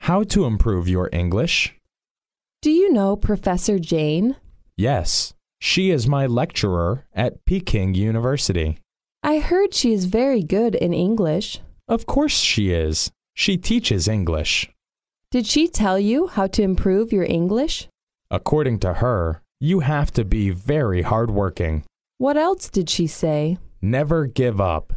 How to improve your English? Do you know Professor Jane? Yes, she is my lecturer at Peking University. I heard she is very good in English. Of course she is. She teaches English. Did she tell you how to improve your English? According to her, you have to be very hardworking. What else did she say? Never give up.